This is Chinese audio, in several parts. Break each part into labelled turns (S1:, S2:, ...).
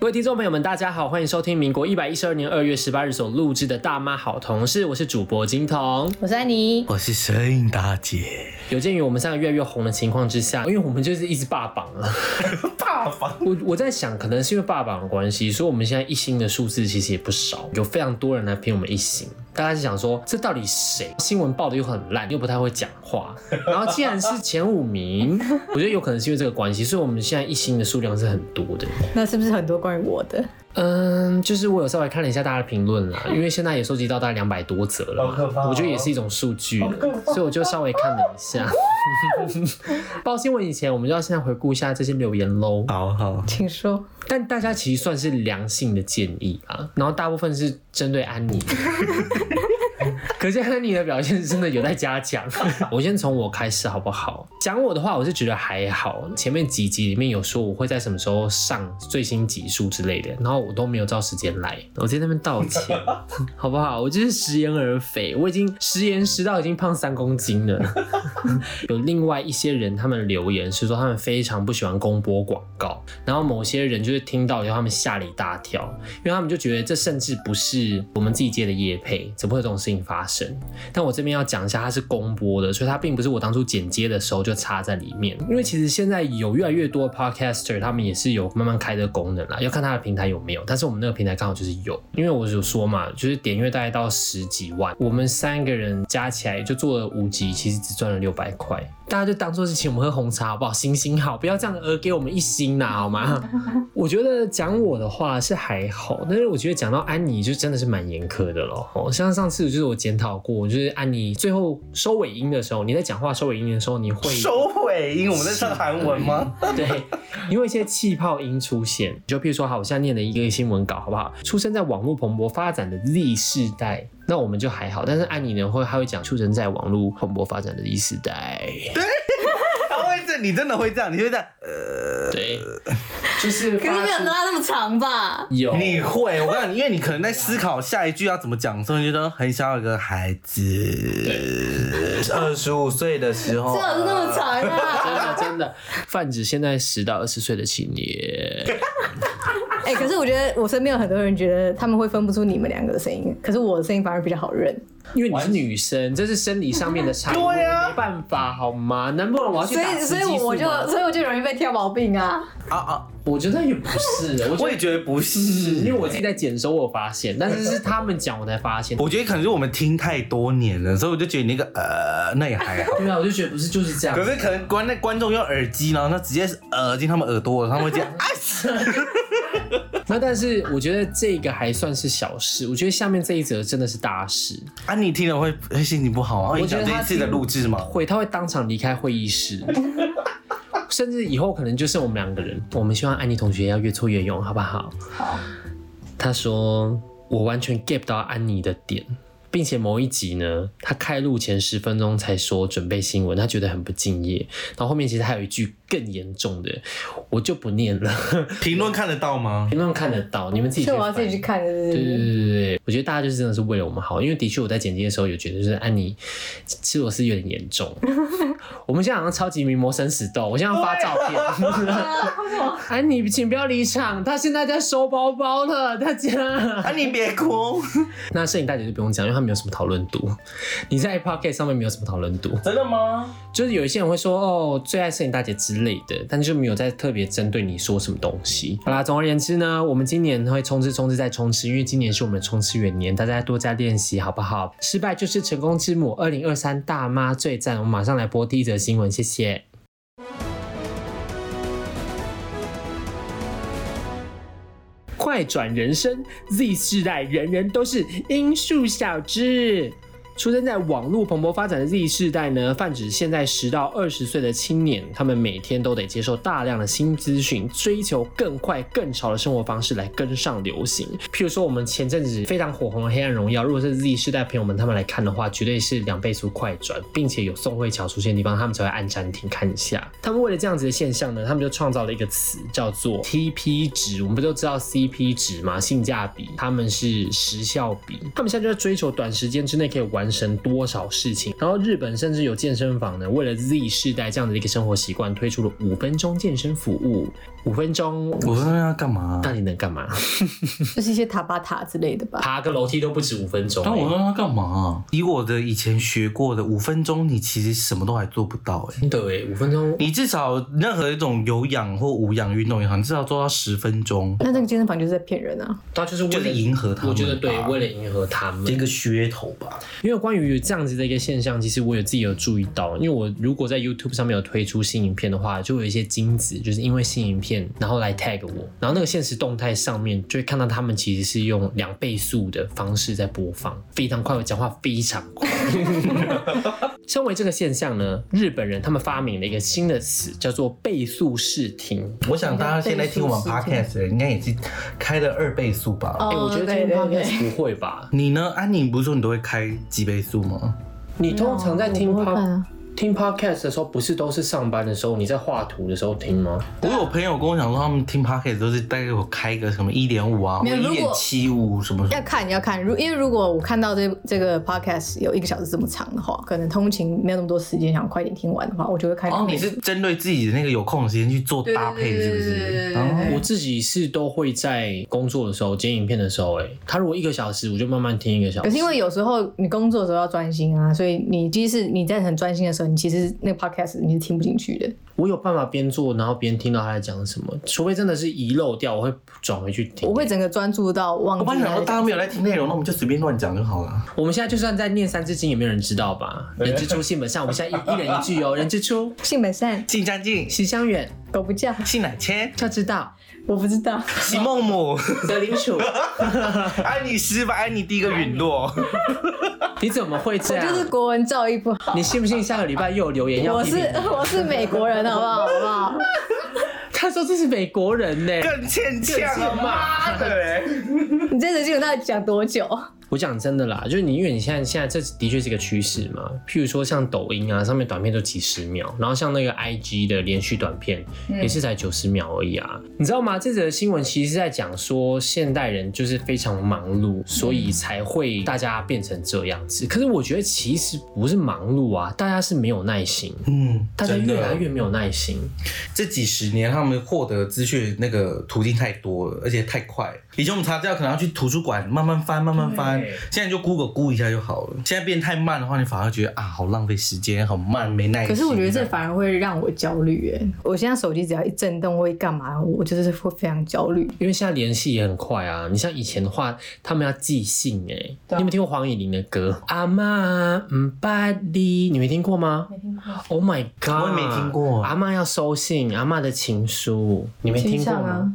S1: 各位听众朋友们，大家好，欢迎收听民国一百一十二年二月十八日所录制的《大妈好同事》，我是主播金童。
S2: 我是安妮，
S3: 我是摄影大姐，
S1: 有鉴于我们三个越来越红的情况之下，因为我们就是一直霸榜了。
S3: 大方。
S1: 我我在想，可能是因为霸榜的关系，所以我们现在一星的数字其实也不少，有非常多人来评我们一星。大家就想说，这到底谁？新闻报的又很烂，又不太会讲话，然后既然是前五名，我觉得有可能是因为这个关系，所以我们现在一星的数量是很多的。
S2: 那是不是很多关于我的？
S1: 嗯，就是我有稍微看了一下大家的评论啦，因为现在也收集到大概两百多则了
S3: 好可怕
S1: 嘛，
S3: 哦
S1: 我觉得也是一种数据了，所以我就稍微看了一下。 报新闻以前，我们就要现在回顾一下这些留言喽。
S3: 好 好，
S2: 请说。
S1: 但大家其实算是良性的建议啊，然后大部分是针对安妮。 可是安妮的表现真的有待加强。我先从我开始好不好？讲我的话，我是觉得还好。前面几集里面有说我会在什么时候上最新集数之类的，然后我都没有照时间来，我在那边道歉，好不好？我就是食言而肥，我已经食言食到已经胖三公斤了。有另外一些人，他们留言是说他们非常不喜欢公播广告，然后某些人就是听到以后他们吓了一大跳，因为他们就觉得这甚至不是我们自己接的业配，怎么会有这种事情发生？但我这边要讲一下，它是公播的，所以它并不是我当初剪接的时候就插在里面。因为其实现在有越来越多的 podcaster，他们也是有慢慢开这个功能啦，要看它的平台有没有。但是我们那个平台刚好就是有，因为我有说嘛，就是点阅大概到十几万，我们三个人加起来就做了五集，其实只赚了六百块。大家就当做是请我们喝红茶好不好？行行好，不要这样呃给我们一星啦，好吗？我觉得讲我的话是还好，但是我觉得讲到安妮就真的是蛮严苛的咯。哦，像上次就是我检讨过，就是安妮最后收尾音的时候，你在讲话收尾音的时候，你会
S3: 收尾音，我们在上韩文吗？
S1: 对，因为一些气泡音出现，就譬如说，好，我现在念的一个新闻稿，好不好？出生在网络蓬勃发展的 Z 世代，那我们就还好。但是安妮呢，会她会讲出生在网络蓬勃发展的 Z 世代，
S3: 他会这，你真的会这样？你会这样？
S1: 对，就是
S2: 可是没有
S1: 发出
S2: 拉那么长吧？
S1: 有
S3: 你会？我告诉你，因为你可能在思考下一句要怎么讲的时候，你觉得很想有一个孩子。二十五岁的时
S1: 哦
S3: 候
S2: 这有那么长
S1: 真的
S2: 啊？
S1: 真的泛指现在十到二十岁的青年。
S2: 哎、可是我觉得我身边有很多人觉得他们会分不出你们两个的声音，可是我的声音反而比较好认，
S1: 因为你是女生，这是生理上面的差异，
S3: 对啊
S1: 没办法，好吗？难不然我要去
S2: 所
S1: 打
S2: 以
S1: 雌
S2: 所
S1: 激
S2: 以
S1: 素
S2: 我就
S1: 吗
S2: 所以我就容易被挑毛病啊。
S3: 啊啊！
S1: 我觉得也不 是，我觉
S3: 我
S1: 得
S3: 也觉得不
S1: 是，因为
S3: 是。
S1: 我自己在剪的时候我有发现，但是是他们讲我才发现。
S3: 我觉得可能是我们听太多年了，所以我就觉得你那个呃，那也还 好。
S1: 对啊，我就觉得不是就是这样
S3: 可。是可能观那观众用耳机，然后他直接是呃进他们耳朵，他们会这样。哎
S1: 那但是我觉得这个还算是小事，我觉得下面这一则真的是大事。
S3: 安妮啊听了会会心情不好啊？会
S1: 我
S3: 影
S1: 觉
S3: 响
S1: 得
S3: 这
S1: 他
S3: 一次的录制吗？
S1: 会，他会当场离开会议室，甚至以后可能就剩我们两个人。我们希望安妮同学要越挫越勇，好不好？
S2: 好，
S1: 他说我完全 get 不到安妮的点，并且某一集呢，他开录前十分钟才说准备新闻，他觉得很不敬业。然后后面其实还有一句更严重的，我就不念了，
S3: 评论看得到吗？
S1: 评论看得到，你们自己去
S2: 所以
S1: 翻。
S2: 我要自己去看，是
S1: 对
S2: 不
S1: 对
S2: 是？
S1: 对对对，我觉得大家就是真的是为了我们好，因为的确我在剪辑的时候有觉得，就是安妮吃螺丝有点严重。我们现在好像超级名模生死斗，我现在要发照 片。
S2: 啊为什么？
S1: 安妮，请不要离场，她现在在收包包了，大家。
S3: 安妮啊别哭，
S1: 那摄影大姐就不用讲，因为她没有什么讨论度。你在 Pocket 上面没有什么讨论度，
S3: 真的吗？
S1: 就是有一些人会说哦，最爱摄影大姐之类的，但就没有在特别针对你说什么东西。好啦，总而言之呢，我们今年会冲刺、冲刺再冲刺，因为今年是我们的冲刺元年，大家多加练习好不好？失败就是成功之母，二零二三大妈最赞。我们马上来播第一则新闻，谢谢。快转人生，Z 世代人人都是樱树小枝。出生在网络蓬勃发展的 Z 世代呢，泛指现在十到二十岁的青年，他们每天都得接受大量的新资讯，追求更快、更潮的生活方式来跟上流行。譬如说，我们前阵子非常火红的《黑暗荣耀》，如果是 Z 世代朋友们他们来看的话，绝对是两倍速快转，并且有宋慧乔出现的地方，他们才会按暂停看一下。他们为了这样子的现象呢，他们就创造了一个词，叫
S3: 哦
S1: 做 TP 值。我们不都知道 CP 值吗？性价比，他们是时效比，他们现在就在追求短时间之内可以完完成多少事情。然后日本甚至有健身房呢，为了 Z 世代这样的一个生活习惯，推出了五分钟健身服务。五分钟，
S3: 我说要干嘛？
S1: 到底能干嘛？
S2: 就是一些塔巴塔之类的吧。
S1: 爬个楼梯都不止五分钟、欸
S3: 但我说要干嘛？以我的以前学过的五分钟，你其实什么都还做不到哎、
S1: 真的哎，五分钟
S3: 你至少任何一种有氧或无氧运动也好，你至少做到十分钟，
S2: 那那个健身房就是在骗人啊！
S1: 他就是为
S3: 就
S1: 了
S3: 是迎合他们吧
S1: 我觉得对，为了迎合他们，
S3: 个噱头吧。
S1: 因为关于这样子的一个现象，其实我有自己有注意到，因为我如果在 YouTube 上面有推出新影片的话，就有一些金子，就是因为新影片然后来 tag 我，然后那个现实动态上面就会看到他们其实是用两倍速的方式在播放，非常快，我讲话非常 快。身为这个现象呢，日本人他们发明了一个新的词，叫做倍速视听。
S3: 我想大家现在听我们 podcast 的人应该也是开了二倍速吧？
S1: 哎、我觉得
S2: 对
S1: 听
S2: 哦对
S1: podcast
S2: 对
S1: 不会吧？
S3: 你呢？安妮，你不是说你都会开几倍速吗？
S1: 你通常在听
S2: 我不会
S1: pod、
S2: 看啊
S1: 听 podcast 的时候，不是都是上班的时候你在画图的时候听吗？
S2: 啊
S3: 我有朋友跟我讲说，他们听 podcast 都是大概我开个什么一点五啊，
S2: 没有
S3: 一
S2: 如
S3: 点
S2: 果
S3: 七五什么什
S2: 要
S3: 么。
S2: 看要看，如因为如果我看到这这个 podcast 有一个小时这么长的话，可能通勤没有那么多时间，想快点听完的话，我就会开。
S3: 哦，你是针对自己的那个有空的时间去做
S2: 对对对
S3: 搭配，是
S2: 对
S3: 不
S2: 对对对对
S3: 是？哦
S1: 我自己是都会在工作的时候剪影片的时候、欸，哎，他如果一个小时，我就慢慢听一个小时。
S2: 可是因为有时候你工作的时候要专心啊，所以你即使你在很专心的时候，你其实那个 podcast 你是听不进去的。
S1: 我有办法边做，然后边听到他在讲什么，除非真的是遗漏掉，我会转回去听。
S2: 我会整个专注到忘
S3: 我
S2: 记
S3: 本来想
S2: 他
S3: 说
S2: 在讲。
S3: 大家没有在听内容，那我们就随便乱讲就好了。
S1: 我们现在就算在念三字经，也没有人知道吧？人之初，性本善。我们现在 一一人一句哦，人之初，
S2: 性本善，
S3: 性张静、
S1: 习相远，
S2: 狗不教，
S3: 性乃迁、
S1: 要知道，
S2: 我不知道。
S3: 席梦 母，
S1: 得领处。
S3: 安妮失败，安妮第一个陨落。
S1: 你怎么会这
S2: 我
S1: 样？
S2: 就是国文造诣不好，
S1: 你信不信下个礼拜又有留言要
S2: 我
S1: 批
S2: 是
S1: 评？
S2: 我是美国人，好不好？好不好？
S1: 他说这是美国人呢、
S3: 更 欠呛
S1: 更欠
S3: 啊！妈的嘞！
S2: 你这则新闻到底讲多久？
S1: 我讲真的啦，就是你，因为你现在现在这的确是一个趋势嘛。譬如说像抖音啊，上面短片都几十秒，然后像那个 IG 的连续短片也是才九十秒而已啊。你知道吗？这则新闻其实是在讲说现代人就是非常忙碌，所以才会大家变成这样子。可是我觉得其实不是忙碌啊，大家是没有耐心，
S3: 嗯，
S1: 大家
S3: 真的
S1: 越来越没有耐心。
S3: 这几十年他们获得资讯那个途径太多了，而且太快了。以前我们查资料可能要去图书馆慢慢翻，慢慢翻
S1: 对，
S3: 现在就 Google 估一下就好了。现在变太慢的话，你反而觉得啊，好浪费时间，好慢，没耐心。啊
S2: 可是我觉得这反而会让我焦虑欸耶。我现在手机只要一震动会干嘛，我就是会非常焦虑。
S1: 因为现在联系也很快啊，你像以前的话，他们要寄信哎、你有没有听过黄以玲的歌？阿妈唔巴你，你没听过吗？没听过。Oh my god！
S3: 我也没听过
S1: 阿妈要收信，阿妈的情书，你没听过
S2: 上
S1: 吗
S2: 啊？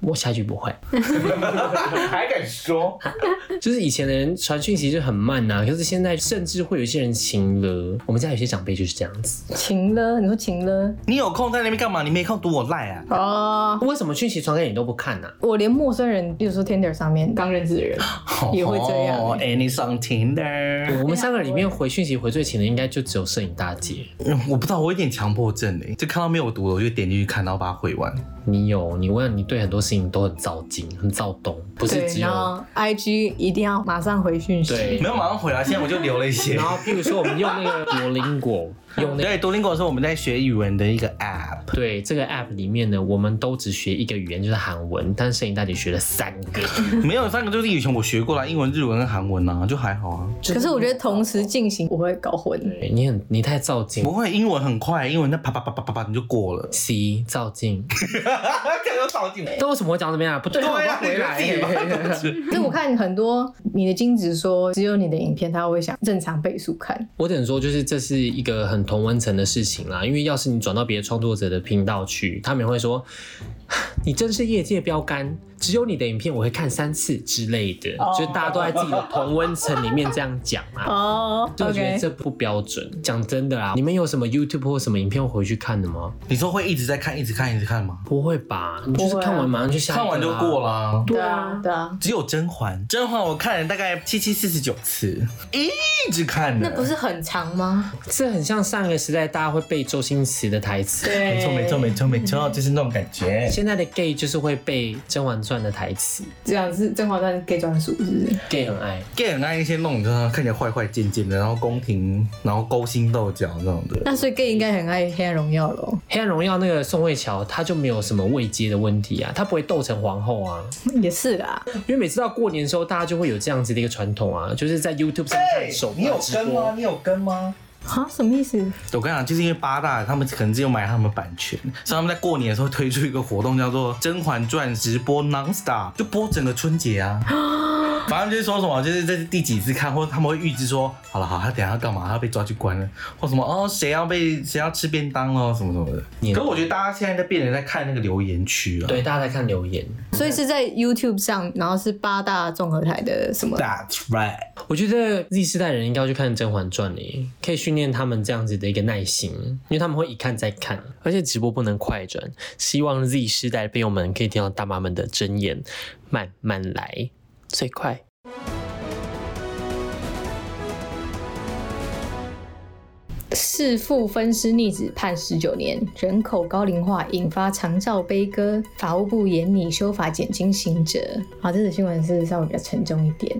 S1: 我下一句不会，
S3: 还敢说？
S1: 就是以前的人传讯息就很慢啊呐、可是现在甚至会有一些人情了。我们家有些长辈就是这样子。
S2: 晴了，你说晴了
S3: 你有空在那边干嘛？你没空读我赖啊？
S2: 哦。
S1: 为什么讯息传给你都不看啊呢、
S2: 我连陌生人，比如说 Tinder 上面刚认识的人，也会这样
S3: 哦哎，你上 Tinder？
S1: 我们三个里面回讯息回最勤的，应该就只有摄影大姐。
S3: 嗯我不知道，我有点强迫症哎，就看到没有读了，我就点进去看，然后把它回完。
S1: 你有，你问你对很多事情都很躁进，很躁动，不是
S2: 对，
S1: 只有
S2: 然后 IG 一定要马上回讯息。
S1: 对
S3: 没有马上回来，现在我就留了一 些
S1: 然。后，譬如说我们用那个 Duolingo，用那 个
S3: 对，多林果是我们在学语文的一个 app。
S1: 对这个 app 里面呢，我们都只学一个语言，就是韩文，但摄影大姐学了三个。
S3: 没有三个就是以前我学过啦，英文、日文跟韩文啊，就还好啊。
S2: 可是我觉得同时进行我会搞混。
S1: 对你很你太躁进。
S3: 不会，英文很快，英文那啪啪啪啪啪啪你就过了
S1: ，C 躁进。
S3: 这个倒进来。
S1: 但为什么会讲到这边啊？不对，我
S3: 对
S1: 要
S3: 啊，
S1: 回来
S3: 你觉得
S1: 欸。
S3: 自己吧
S2: 所以我看很多你的金子说，只有你的影片他会想正常倍速看。
S1: 我只能说，就是这是一个很同温层的事情啦。因为要是你转到别的创作者的频道去，他们也会说，你真是业界标杆，只有你的影片我会看三次之类的，就是大家都在自己的同温层里面这样讲啊。
S2: 哦
S1: 就我觉得这不标准。讲真的啦，你们有什么 YouTube 或什么影片会回去看的吗？
S3: 你说会一直在看，一直看，一直看吗？
S1: 不会吧？你就是
S2: 不会啊
S1: 看完马上就下一个
S3: 看
S1: 啦
S3: 完就过。啦。
S2: 对啊，对啊。
S3: 只有甄嬛，甄嬛我看了大概七七四十九次，一直看的。
S2: 那不是很长吗？
S1: 这很像上一个时代大家会背周星驰的台词。
S2: 对
S3: 没错，没错，没错，没错，就是那种感觉。
S1: 现在的 gay 就是会背《甄嬛传》的台词
S2: 这样是《甄嬛传》给专属，是不是？
S1: ，gay 很爱。
S3: gay 很爱一些那种就是看起来坏坏贱贱的，然后宫廷，然后勾心斗角那种的。
S2: 那所以 gay 应该很爱《黑暗荣耀》喽，
S1: 黑暗荣耀那个宋慧乔，她就没有什么位阶的问题啊，她不会斗成皇后啊，
S2: 也是啦。
S1: 因为每次到过年的时候，大家就会有这样子的一个传统啊，就是在 YouTube 上看手
S4: 哎你有
S1: 直
S4: 跟吗？
S1: 播。
S4: 你有跟吗？
S2: 啊，什么意思？
S3: 我跟你讲，就是因为八大他们可能只有买他们版权，所以他们在过年的时候推出一个活动，叫做《甄嬛传》直播 non stop，就播整个春节啊。反正就是说什么，就是这是第几次看，或者他们会预知说，好了好，他等一下要干嘛，他要被抓去关了，或什么哦，谁要被谁要吃便当哦，什么什么的。可是我觉得大家现在在变得在看那个留言区啊，
S1: 对，大家在看留言，
S2: 所以是在 YouTube 上，然后是八大综合台的什么？
S3: ，That's right。
S1: 我觉得 Z 世代人应该要去看《甄嬛传》诶，可以训练他们这样子的一个耐心，因为他们会一看再看，而且直播不能快转。希望 Z 世代的朋友们可以听到大妈们的真言，慢慢来，最快。
S2: 弑父分尸逆子判十九年，人口高龄化引发长照悲歌，法务部研拟修法减轻刑责。好，这则新闻是稍微比较沉重一点。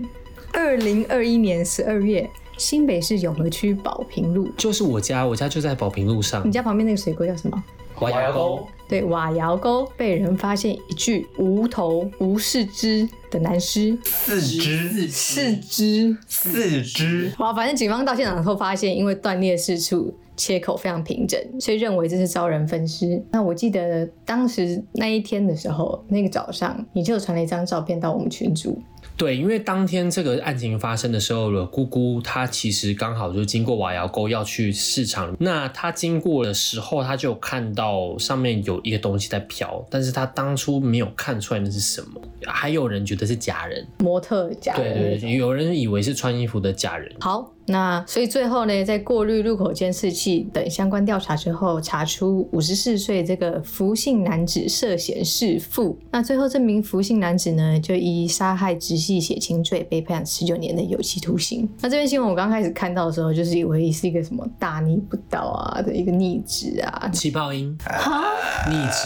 S2: 二零二一年十二月，新北市永和区宝平路，
S1: 就是我家，我家就在宝平路上
S2: 你，家旁边那个水沟叫什么？
S1: 我要沟。
S2: 对，瓦窑沟被人发现一具无头无四肢的男尸，
S3: 四只，
S2: 四肢
S3: 四只，
S2: 哇，反正警方到现场后发现，因为断裂四处切口非常平整，所以认为这是遭人分尸。那我记得当时那一天的时候，那个早上你就传了一张照片到我们群组，
S1: 对，因为当天这个案情发生的时候，了姑姑她其实刚好就经过瓦窑沟要去市场，那她经过的时候，她就有看到上面有一个东西在飘，但是她当初没有看出来那是什么，还有人觉得是假人，
S2: 模特假的
S1: 对对对，有人以为是穿衣服的假人，
S2: 好，那所以最后呢，在过滤入口监视器等相关调查之后，查出五十四岁这个福姓男子涉嫌弑父。那最后这名福姓男子呢，就以杀害直系血亲罪被判十九年的有期徒刑。那这篇新闻我刚开始看到的时候，就是以为是一个什么大逆不道啊的一个逆子啊，
S1: 气泡音，啊逆子，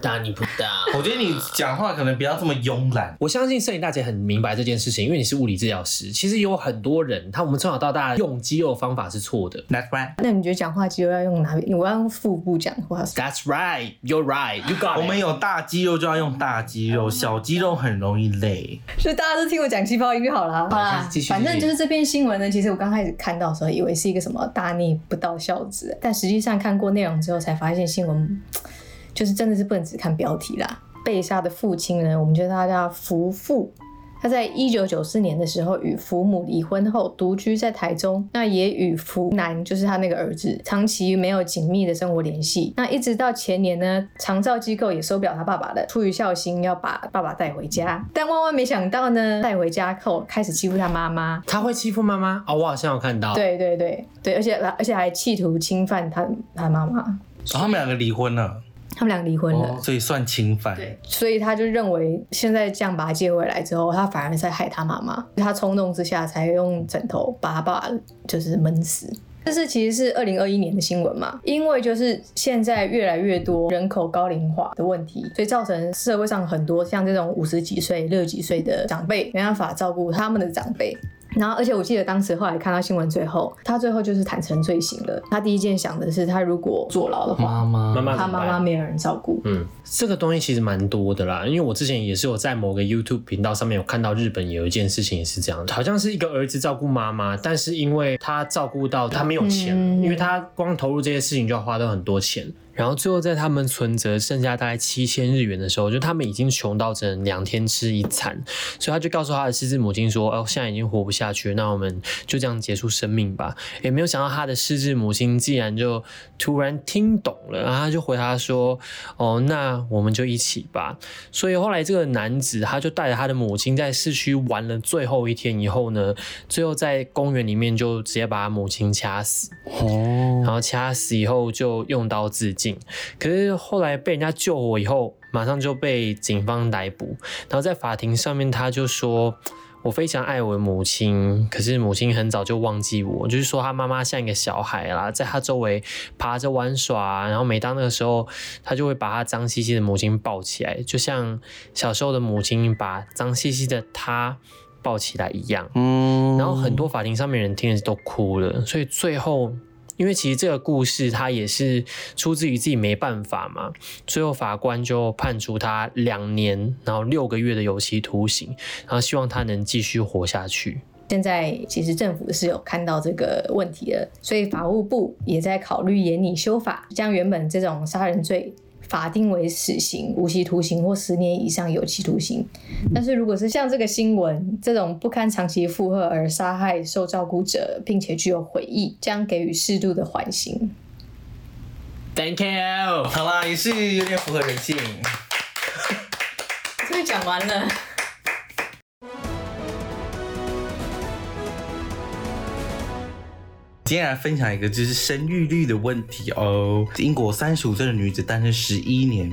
S1: 大逆不道。
S3: 我觉得你讲话可能不要这么慵懒。
S1: 我相信摄影大姐很明白这件事情，因为你是物理治疗师。其实有很多人，他我们从小到大用肌肉的方法是错的。
S3: That's right。
S2: 那你觉得讲话肌肉要用哪边？我要用腹部讲话。
S1: That's right, you're right, you got it。
S3: 我们有大肌肉就要用大肌
S1: 嗯
S3: 肉，小肌肉很容易累。
S2: 所以大家都听我讲气泡音就好了。好啦
S1: 继续继，续
S2: 反正就是这篇新闻呢，其实我刚开始看到的时候，以为是一个什么大逆不道孝子，但实际上看过内容之后，才发现新闻就是真的是不能只看标题啦。被杀的父亲呢，我们就叫他叫福父。他在一九九四年的时候与父母离婚后独居在台中，那也与福男，就是他那个儿子，长期没有紧密的生活联系。那一直到前年呢，长照机构也收表他爸爸的，出于孝心要把爸爸带回家，但万万没想到呢，带回家后开始欺负他妈妈。
S1: 他会欺负妈妈哦，我好像有看到。，
S2: 对对对对，而且而且还企图侵犯他他妈妈，
S3: 然后哦他们两个离婚了，
S2: 他们俩离婚了。
S1: 嗯
S3: 哦，所以算侵犯。
S2: 所以他就认为现在这样把他接回来之后，他反而在害他妈妈。他冲动之下才用枕头把他爸就是闷死。这是其实是二零二一年的新闻嘛，因为就是现在越来越多人口高龄化的问题，所以造成社会上很多像这种五十几岁、六十几岁的长辈没办法照顾他们的长辈，然后，而且我记得当时后来看到新闻，最后他最后就是坦诚罪行了。他第一件想的是，他如果坐牢的话，
S3: 妈妈，
S1: 妈妈
S2: 嗯他
S1: 怎么
S2: 妈
S1: 办
S2: 妈没有人照顾。
S1: 嗯，这个东西其实蛮多的啦，因为我之前也是有在某个 YouTube 频道上面有看到日本有一件事情也是这样，好像是一个儿子照顾妈妈，但是因为他照顾到他没有钱，
S2: 嗯
S1: 因为他光投入这些事情就要花到很多钱。然后最后在他们存折剩下大概七千日元的时候，就他们已经穷到只能两天吃一餐，所以他就告诉他的失智母亲说：“哦，现在已经活不下去了，那我们就这样结束生命吧。”也没有想到他的失智母亲竟然就突然听懂了，然后他就回答说：“哦，那我们就一起吧。”所以后来这个男子他就带着他的母亲在市区玩了最后一天以后呢，最后在公园里面就直接把他母亲掐死。
S3: 哦
S1: 然后掐死以后就用刀自尽，可是后来被人家救活以后，马上就被警方逮捕，然后在法庭上面他就说。我非常爱我的母亲，可是母亲很早就忘记我，就是说她妈妈像一个小孩啦，在她周围爬着玩耍，然后每当那个时候，她就会把她脏兮兮的母亲抱起来，就像小时候的母亲把脏兮兮的她抱起来一样。
S3: 嗯
S1: 然后很多法庭上面人听了都哭了，所以最后，因为其实这个故事他也是出自于自己没办法嘛，最后法官就判处他两年，然后六个月的有期徒刑，然后希望他能继续活下去。
S2: 现在其实政府是有看到这个问题的，所以法务部也在考虑严拟修法，将原本这种杀人罪法定为死刑、无期徒刑或十年以上有期徒刑。但是如果是像这个新闻这种不堪长期负荷而杀害受照顾者，并且具有悔意，将给予适度的缓刑。
S1: Thank you。
S3: 好啦，也是有点符合人性。
S2: 这个讲完了。
S3: 今天来分享一个就是生育率的问题哦。英国三十五岁的女子单身十一年，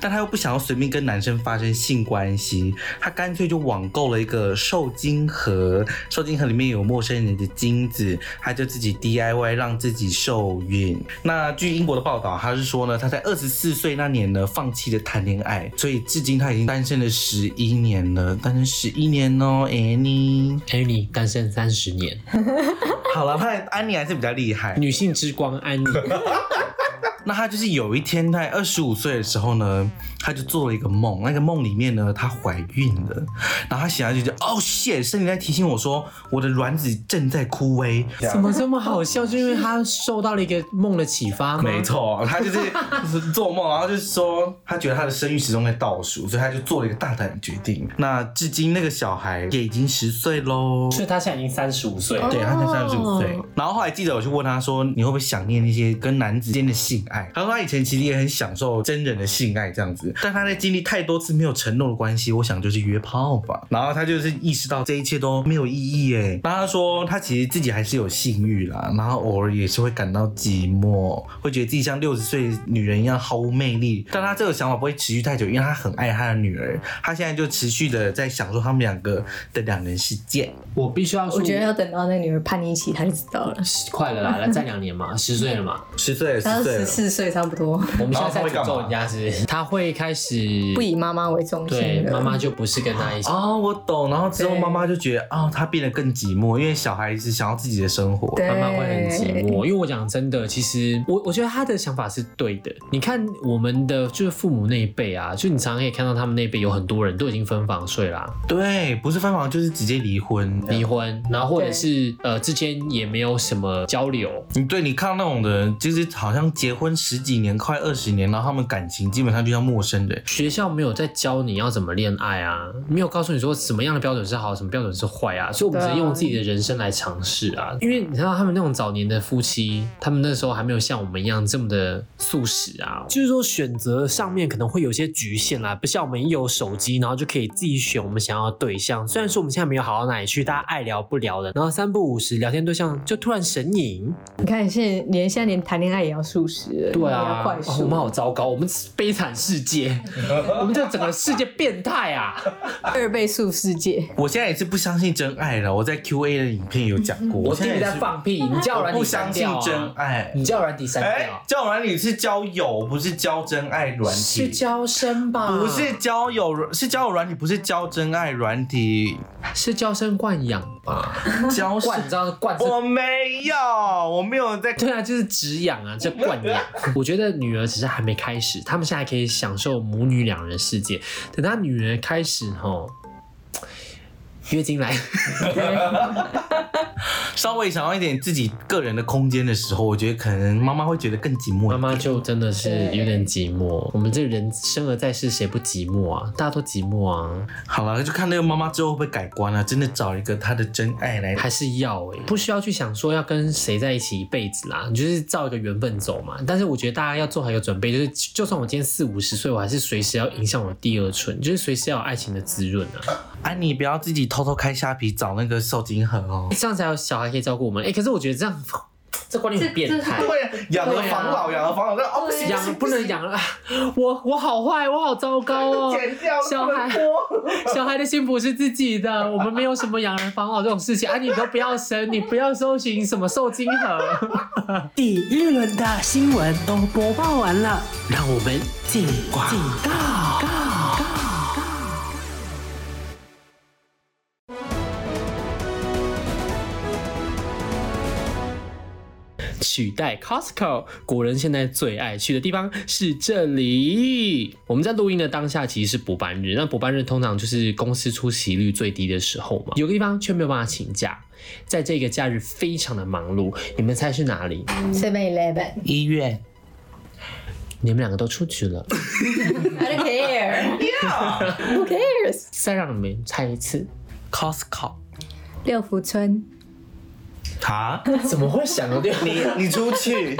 S3: 但她又不想要随便跟男生发生性关系，她干脆就网购了一个受精盒，受精盒里面有陌生人的精子，她就自己 DIY 让自己受孕。那据英国的报道，她是说呢，她在二十四岁那年呢放弃了谈恋爱，所以至今她已经单身了十一年了，单身十一年哦，Annie。
S1: 还有你单身三十年，
S3: 好了，看来安妮还是比较厉害。
S1: 女性之光安妮，
S3: 那她就是有一天在二十五岁的时候呢，她就做了一个梦，那个梦里面呢，她怀孕了，然后她醒来就觉得，哦，谢，身体在提醒我说，我的卵子正在枯萎。
S2: 啊
S1: 怎么这么好笑？就因为她受到了一个梦的启发吗
S3: 没，错，她就是就是做梦，然后就是说，她觉得她的生育始终在倒数，所以她就做了一个大胆的决定。那至今那个小孩也已经十岁喽。
S1: 所以她现在已经三十五岁了。
S3: 对，他才三十五岁
S2: 哦。
S3: 然后后来记者我去问他说，你会不会想念那些跟男子间的性爱？他说他以前其实也很享受真人的性爱这样子，但他在经历太多次没有承诺的关系，我想就是约炮吧。然后他就是意识到这一切都没有意义哎。然后他说他其实自己还是有性欲啦，然后偶尔也是会感到寂寞，会觉得自己像六十岁女人一样毫无魅力。但他这个想法不会持续太久，因为他很爱他的女儿，他现在就持续的在享受他们两个的两人世界。
S1: 我必须要说，
S2: 我觉得要等到那女儿叛逆期，她就知道了。
S1: 快了啦，再两年嘛，十岁了嘛。
S3: 十岁了，
S2: 她
S3: 十岁
S2: 十
S3: 了。
S2: 四岁差不多，
S1: 我们现在
S3: 然后他
S1: 在
S3: 会干
S1: 诅
S3: 嘛
S1: 咒人家是不是？他会开始
S2: 不以妈妈为中
S1: 对
S2: 心了。
S1: 妈妈就不是跟他一起。
S3: 哦，我懂。然后之后
S2: 对
S3: 妈妈就觉得，哦，她变得更寂寞，因为小孩子想要自己的生活。
S2: 对
S1: 妈妈会很寂寞，因为我讲真的，其实我我觉得他的想法是对的。你看我们的就是父母那一辈啊，就你常常可以看到他们那一辈有很多人都已经分房睡啦，
S3: 对，不是分房就是直接离婚。
S1: 离婚，然后或者
S2: 对
S1: 是呃之间也没有什么交流，
S3: 你对你看到那种的人，就是好像结婚十几年、快二十年，然后他们感情基本上就像陌生人。
S1: 学校没有在教你要怎么恋爱啊，没有告诉你说什么样的标准是好，什么标准是坏啊，所以我们只能
S2: 对啊
S1: 用自己的人生来尝试啊。因为你知道他们那种早年的夫妻，他们那时候还没有像我们一样这么的素食啊，就是说选择上面可能会有些局限啦，不像我们一有手机，然后就可以自己选我们想要的对象。虽然说我们现在没有好到哪里去，大家爱聊不聊的，然后三不五时聊天对象就突然神隐。
S2: 你看，现在连现在连谈恋爱也要素食了，
S1: 对
S2: 也要
S1: 啊，
S2: 快
S1: 哦我
S2: 速。
S1: 们好糟糕，我们是悲惨世 界，我们这整个世界变态啊！
S2: 二倍速世界，
S3: 我现在也是不相信真爱了。我在 Q A 的影片有讲过，
S1: 我
S3: 现
S1: 听
S3: 在
S1: 你
S3: 也
S1: 在
S3: 是
S1: 放屁，你叫
S3: 我
S1: 软
S3: 不
S1: 体
S3: 相
S1: 删
S3: 信
S1: 掉
S3: 真
S1: 啊！
S3: 爱。
S1: 你叫软体删
S3: 哎
S1: 掉，，啊
S3: 交友软体是交友，不是交真爱软
S1: 是
S3: 体。
S1: 交生吧？
S3: 不是，交友，是交友软体，不是交真爱 软体。
S1: 是交生惯养吧？
S3: 交是
S1: 惯，你知道惯是。
S3: 我没有，我没有在。
S1: 对啊，就是止痒啊，这惯 养。我觉得女儿只是还没开始，他们现在还可以享受母女两人世界。等她女儿开始吼，月经来，
S3: 稍微想要一点自己个人的空间的时候，我觉得可能妈妈会觉得更寂寞。
S1: 妈妈就真的是有点寂寞。我们这人生而在世，谁不寂寞啊？大家都寂寞啊。
S3: 好了，就看那个妈妈之后会不会改观了、真的找一个她的真爱来。
S1: 还是要哎、不需要去想说要跟谁在一起一辈子啦，你就是照一个缘分走嘛。但是我觉得大家要做好一个准备，就是就算我今天四五十岁，我还是随时要迎向我的第二春，就是随时要有爱情的滋润啊。
S3: 安妮，不要自己偷偷开虾皮找那个受精盒哦。
S1: 这样才有小孩可以照顾我们哎、欸可是我觉得这样。这观念很变态
S2: 这。
S3: 对啊， 养儿防老，养儿防老，那哦不行，
S1: 养不能养了，啊 我我好坏，我好糟糕哦！
S3: 剪掉
S1: 小
S3: 不能
S1: 孩
S3: 播。
S1: 小孩的幸福是自己的，我们没有什么养人防老这种事情啊！你都不要生，你不要搜寻什么受精盒。
S4: 第一轮的新闻都播报完了，让我们进广告。
S1: 取代 Costco，国人现在最爱去的地方是这里。我们在录音的当下其实是补班日，那补班日通常就是公司出席率最低的时候嘛，有个地方却没有办法请假，在这个假日非常的忙碌。你们猜是哪里？
S2: Seven Eleven，
S3: 医院，
S1: 你们两个都出去了，
S2: I don't care. Who cares?
S1: 再让你们猜一次，
S4: Costco，
S2: 六福村，
S3: 啊，
S1: 怎么会想到 这个？
S3: 你你出去，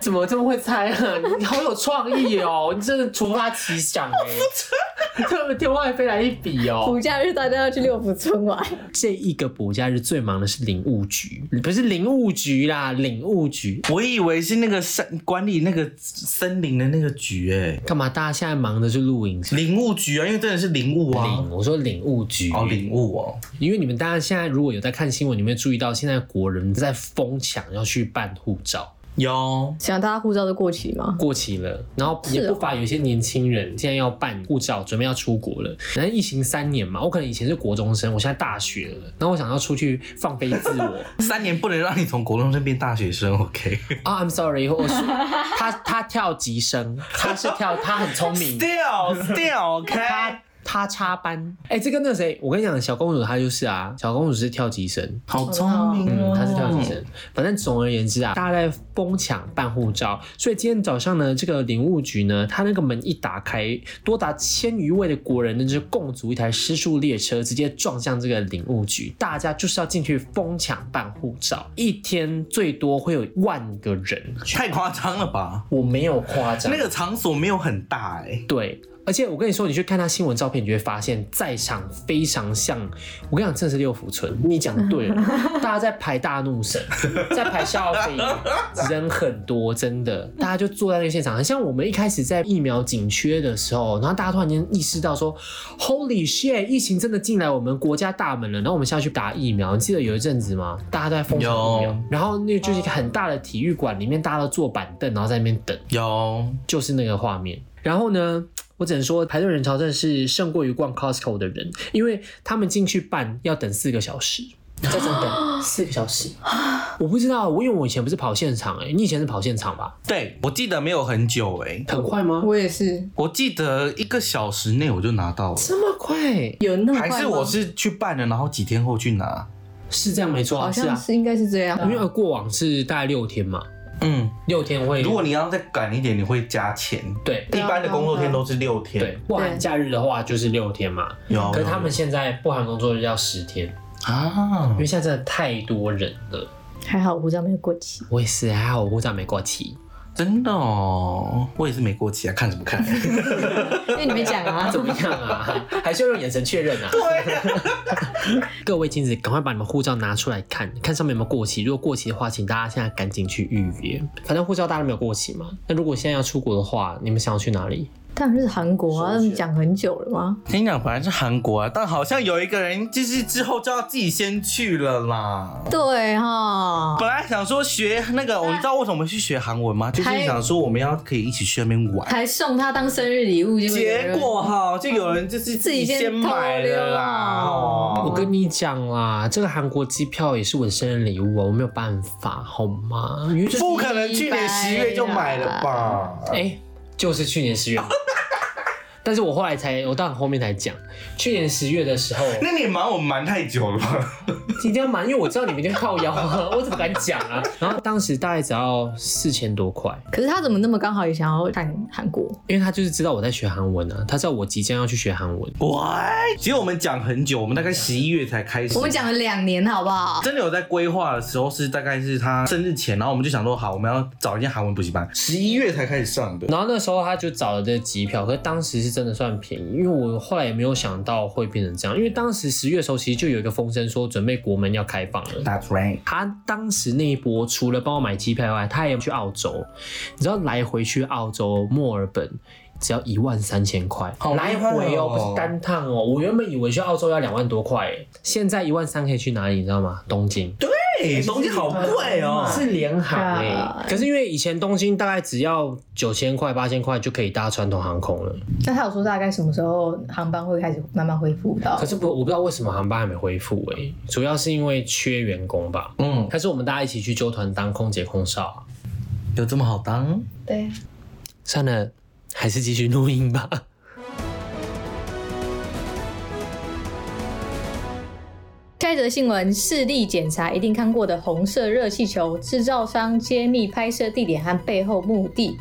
S1: 怎么这么会猜啊？你好有创意哦，你真的突发奇 想哎、 特别天外飞来一笔哦！
S2: 暑假日大家要去六福村玩。
S1: 这一个补假日最忙的是领务局，不是林务局啦，领务局。
S3: 我以为是那个山管理那个森林的那个局、哎，
S1: 干嘛？大家现在忙的是露营。
S3: 林务局啊，因为真的是林务啊，
S1: 领，我说领务局，
S3: 哦，林务哦，
S1: 因为你们大家现在如果有在看新闻，你们会注意到现在国人在疯抢要去办护照，
S3: 有
S2: 想大家护照都过期吗？
S1: 过期了，然后也
S2: 是哦
S1: 不乏有一些年轻人现在要办护照，准备要出国了。然后疫情三年嘛，我可能以前是国中生，我现在大学了，然后我想要出去放飞自 我，
S3: 三年不能让你从国中生变大学生，OK？
S1: 啊、i m sorry，我是他他跳级生，他是跳，他很聪 明。
S3: Still still OK，
S1: 他他插班，哎、这跟那个谁，我跟你讲，小公主她就是啊，小公主是跳级生，
S3: 好聪明
S1: 嗯，
S3: 哦，
S1: 她是跳级生。反正总而言之啊，大家在疯抢办护照，所以今天早上呢，这个领务局呢，它那个门一打开，多达千余位的国人呢，就是共组一台失速列车，直接撞向这个领务局，大家就是要进去疯抢办护照，一天最多会有万个人，
S3: 太夸张了吧？
S1: 我没有夸张，
S3: 那个场所没有很大哎、
S1: 对，而且我跟你说，你去看他新闻照片，你就会发现在场非常像。我跟你讲，正是六福村，你讲对了，大家在排大怒神， 在排消费，人很多，真的，大家就坐在那个现场，很像我们一开始在疫苗紧缺的时候，然后大家突然间意识到说，Holy shit，疫情真的进来我们国家大门了，然后我们下去打疫苗，你记得有一阵子吗？大家都在疯抢疫苗
S3: 有，
S1: 然后那就是一个很大的体育馆里面，大家都坐板凳，然后在那边等。
S3: 有
S1: 就是那个画面。然后呢，我只能说排队人潮真的是胜过于逛 Costco 的人，因为他们进去办要等四个小时，在这等 四个小时。我不知道，我因为我以前不是跑现场、欸，你以前是跑现场吧？
S3: 对我记得没有很久哎、
S1: 很快吗？
S2: 我也是，
S3: 我记得一个小时内我就拿到了，
S1: 这么快？
S2: 有那么快
S3: 还
S2: 吗
S3: 是我是去办了，然后几天后去拿？
S1: 是这样没错啊，
S2: 好
S1: 是
S2: 像
S1: 啊，
S2: 是应该是这样。
S1: 因为过往是大概六天嘛，
S3: 嗯，
S1: 六天会。
S3: 如果你要再赶一点，你会加钱。
S1: 对
S3: 一般的工作天都是六天，
S1: 对，不含假日的话就是六天嘛，
S3: 有，有
S1: 可是他们现在不含工作日要十天，
S3: 啊
S1: 因为，现在真的太多人了。
S2: 还好护照没有过期。
S1: 我也是，还好我护照没过期。
S3: 真的哦，我也是没过期啊，看什么看？
S2: 因为你没讲 啊，
S1: 怎么样 啊？还是要用眼神确认啊？
S3: 对啊，
S1: 各位亲子，赶快把你们护照拿出来看看上面有没有过期。如果过期的话，请大家现在赶紧去预约。反正护照大家都没有过期嘛。那如果现在要出国的话，你们想要去哪里？
S2: 当然是韩国啊，他们讲很久了吗？
S3: 听讲本来是韩国啊，但好像有一个人就是之后就要自己先去了啦。
S2: 对哈，
S3: 本来想说学那个，我知道为什么去学韩文吗？就是
S2: 还
S3: 想说我们要可以一起去那边玩。
S2: 还送他当生日礼物，结果有
S3: 结
S2: 人
S3: 果哈，就有人就是自己先买了啦。
S2: 哦
S1: 我
S3: 哦，
S1: 跟你讲啦，这个韩国机票也是我的生日礼物啊，我没有办法，好吗？因为就是
S3: 不可能去年十月就买了吧？
S1: 哎、就是去年十月。但是我后来才，我到很后面才讲，去年十月的时候，
S3: 那你瞒我们瞒太久了吧？
S1: 今天要瞒，因为我知道你们一定会靠腰啊，我怎么敢讲啊？ 然后当时大概只要四千多块，
S2: 可是他怎么那么刚好也想要看韩国？
S1: 因为他就是知道我在学韩文啊，他知道我即将要去学韩文。
S3: 喂，其实我们讲很久，我们大概十一月才开始。
S2: 我们讲了两年，好不好？
S3: 真的有在规划的时候是大概是他生日前，然后我们就想说好，我们要找一间韩文补习班，十一月才开始上的。
S1: 然后那时候他就找了这个机票，可是当时是真的算便宜，因为我后来也没有想到会变成这样，因为当时十月的时候其实就有一个风声说准备国门要开放了。
S3: That's right，
S1: 他当时那一波除了帮我买机票以外，他也去澳洲。你知道来回去澳洲墨尔本只要一万三千块，
S3: 好厉害
S1: 来
S3: 哦
S1: 回哦，不是单趟哦。我原本以为去澳洲要两万多块，哎现在一万三可以去哪里？你知道吗？东京。
S3: 哎，东西好贵哦，
S1: 是联航哎、
S2: God
S1: 可是因为以前东京大概只要九千块、八千块就可以搭传统航空了，
S2: 那他有说大概什么时候航班会开始慢慢恢复到
S1: 可？是不我不知道为什么航班还没恢复哎、主要是因为缺员工吧。
S3: 嗯，
S1: 还是我们大家一起去纠团当空姐空少啊、
S3: 有这么好当？
S2: 对，
S1: 算了，还是继续录音吧。
S2: 下一则新闻：视力检查一定看过的红色热气球，制造商揭秘拍摄地点和背后目的。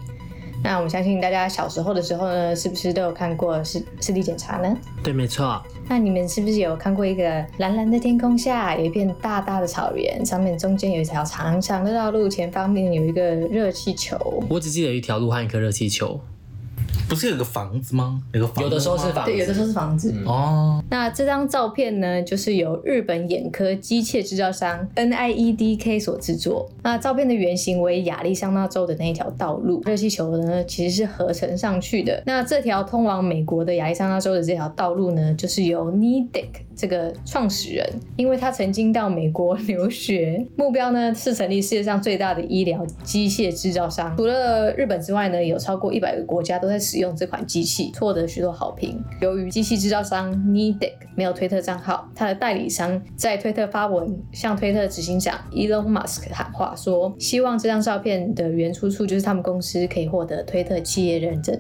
S2: 那我相信大家小时候的时候呢，是不是都有看过视视力检查呢？
S1: 对，没错，
S2: 那你们是不是有看过一个蓝蓝的天空下，有一片大大的草原，上面中间有一条长长的道路，前方面有一个热气球？
S1: 我只记得有一条路和一颗热气球，
S3: 不是有个房子吗？有个房子吗
S1: 有的时候是房
S2: 对，有的
S1: 子。
S2: 时候是房子。
S3: 哦，
S2: 那这张照片呢，就是由日本眼科机械制造商 NIEDK 所制作。那照片的原型为亚利桑那州的那一条道路，热气球呢其实是合成上去的。那这条通往美国的亚利桑那州的这条道路呢，就是由 NIDEC 这个创始人，因为他曾经到美国留学，目标呢是成立世界上最大的医疗机械制造商。除了日本之外呢，有超过一百个国家都在使用这款机器，获得许多好评。由于机器制造商 Nidec 没有推特账号，他的代理商在推特发文向推特执行长 Elon Musk 喊话说，希望这张照片的原出处就是他们公司可以获得推特企业认证。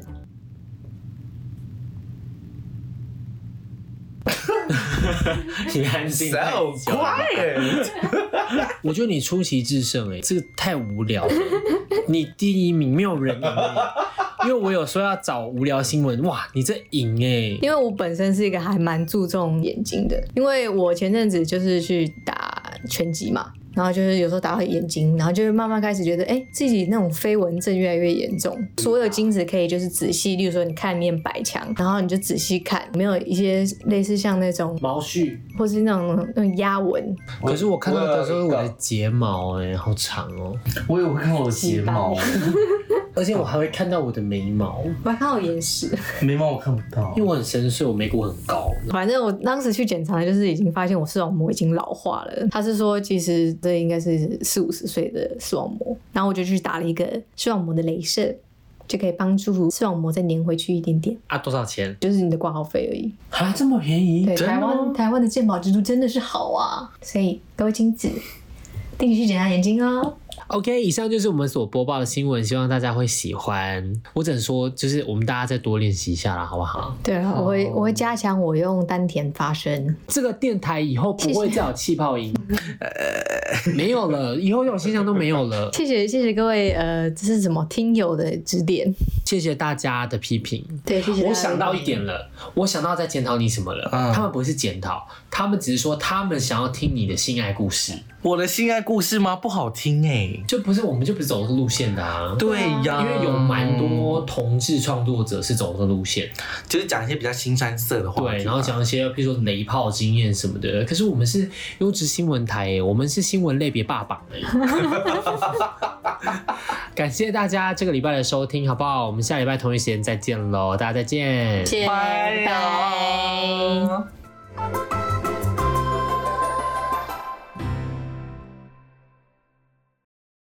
S1: 你安静太久了
S3: quiet，
S1: 我觉得你出奇制胜哎、这个太无聊了。你第一名没有人赢、欸，因为我有说要找无聊新闻，哇，你这赢哎、
S2: 因为我本身是一个还蛮注重眼睛的，因为我前阵子就是去打拳击嘛，然后就是有时候打到眼睛，然后就是慢慢开始觉得，哎、自己那种飞蚊症越来越严重。所有精子可以就是仔细，例如说你看一面白墙，然后你就仔细看，有没有一些类似像那种，
S1: 毛絮。
S2: 或是那种那种压纹，
S1: 可是我看到的时候，
S3: 我
S1: 我的睫毛哎、好长哦、
S3: 我有看到我的睫毛，
S1: 而且我还会看到我的眉毛，
S2: 我还看到眼屎。
S3: 眉毛我看不到
S1: 因为，我很深邃，我眉骨很高。
S2: 反正我当时去检查，就是已经发现我视网膜已经老化了。他是说，其实这应该是四五十岁的视网膜。然后我就去打了一个视网膜的镭射，就可以帮助视网膜再粘回去一点点，
S1: 啊，多少钱？
S2: 就是你的挂号费而已。
S1: 啊，这么便宜
S2: 对，
S3: 真的
S2: 台
S3: 吗
S2: 湾台嗯湾的健保制度真的是好啊，所以各位亲子，定期去检查眼睛哦。
S1: OK，以上就是我们所播报的新闻，希望大家会喜欢。我只能说，就是我们大家再多练习一下啦，好不好？
S2: 对啊，我会我会加强我用丹田发声。
S1: 这个电台以后不会再有气泡音，没有了，以后这种现象都没有了。
S2: 谢谢谢谢各位呃，这是什么听友的指点？
S1: 谢谢大家的批评。
S2: 对，谢谢大家的
S1: 我
S2: 指点。
S1: 想到一点了，我想到在检讨你什么了。
S3: 嗯
S1: 他们不是检讨，他们只是说他们想要听你的性爱故事，
S3: 我的性爱故事吗？不好听哎。
S1: 就不是我们就不是走这个路线的啊。
S3: 对呀，嗯
S1: 因为有蛮多同志创作者是走这个路线，
S3: 就是讲一些比较新山色的话题吧，
S1: 对，然后讲一些，比如说雷炮经验什么的。可是我们是优质新闻台耶，我们是新闻类别霸榜 耶。感谢大家这个礼拜的收听，好不好？我们下礼拜同一时间再见喽，大家再见，
S2: 谢谢，拜拜。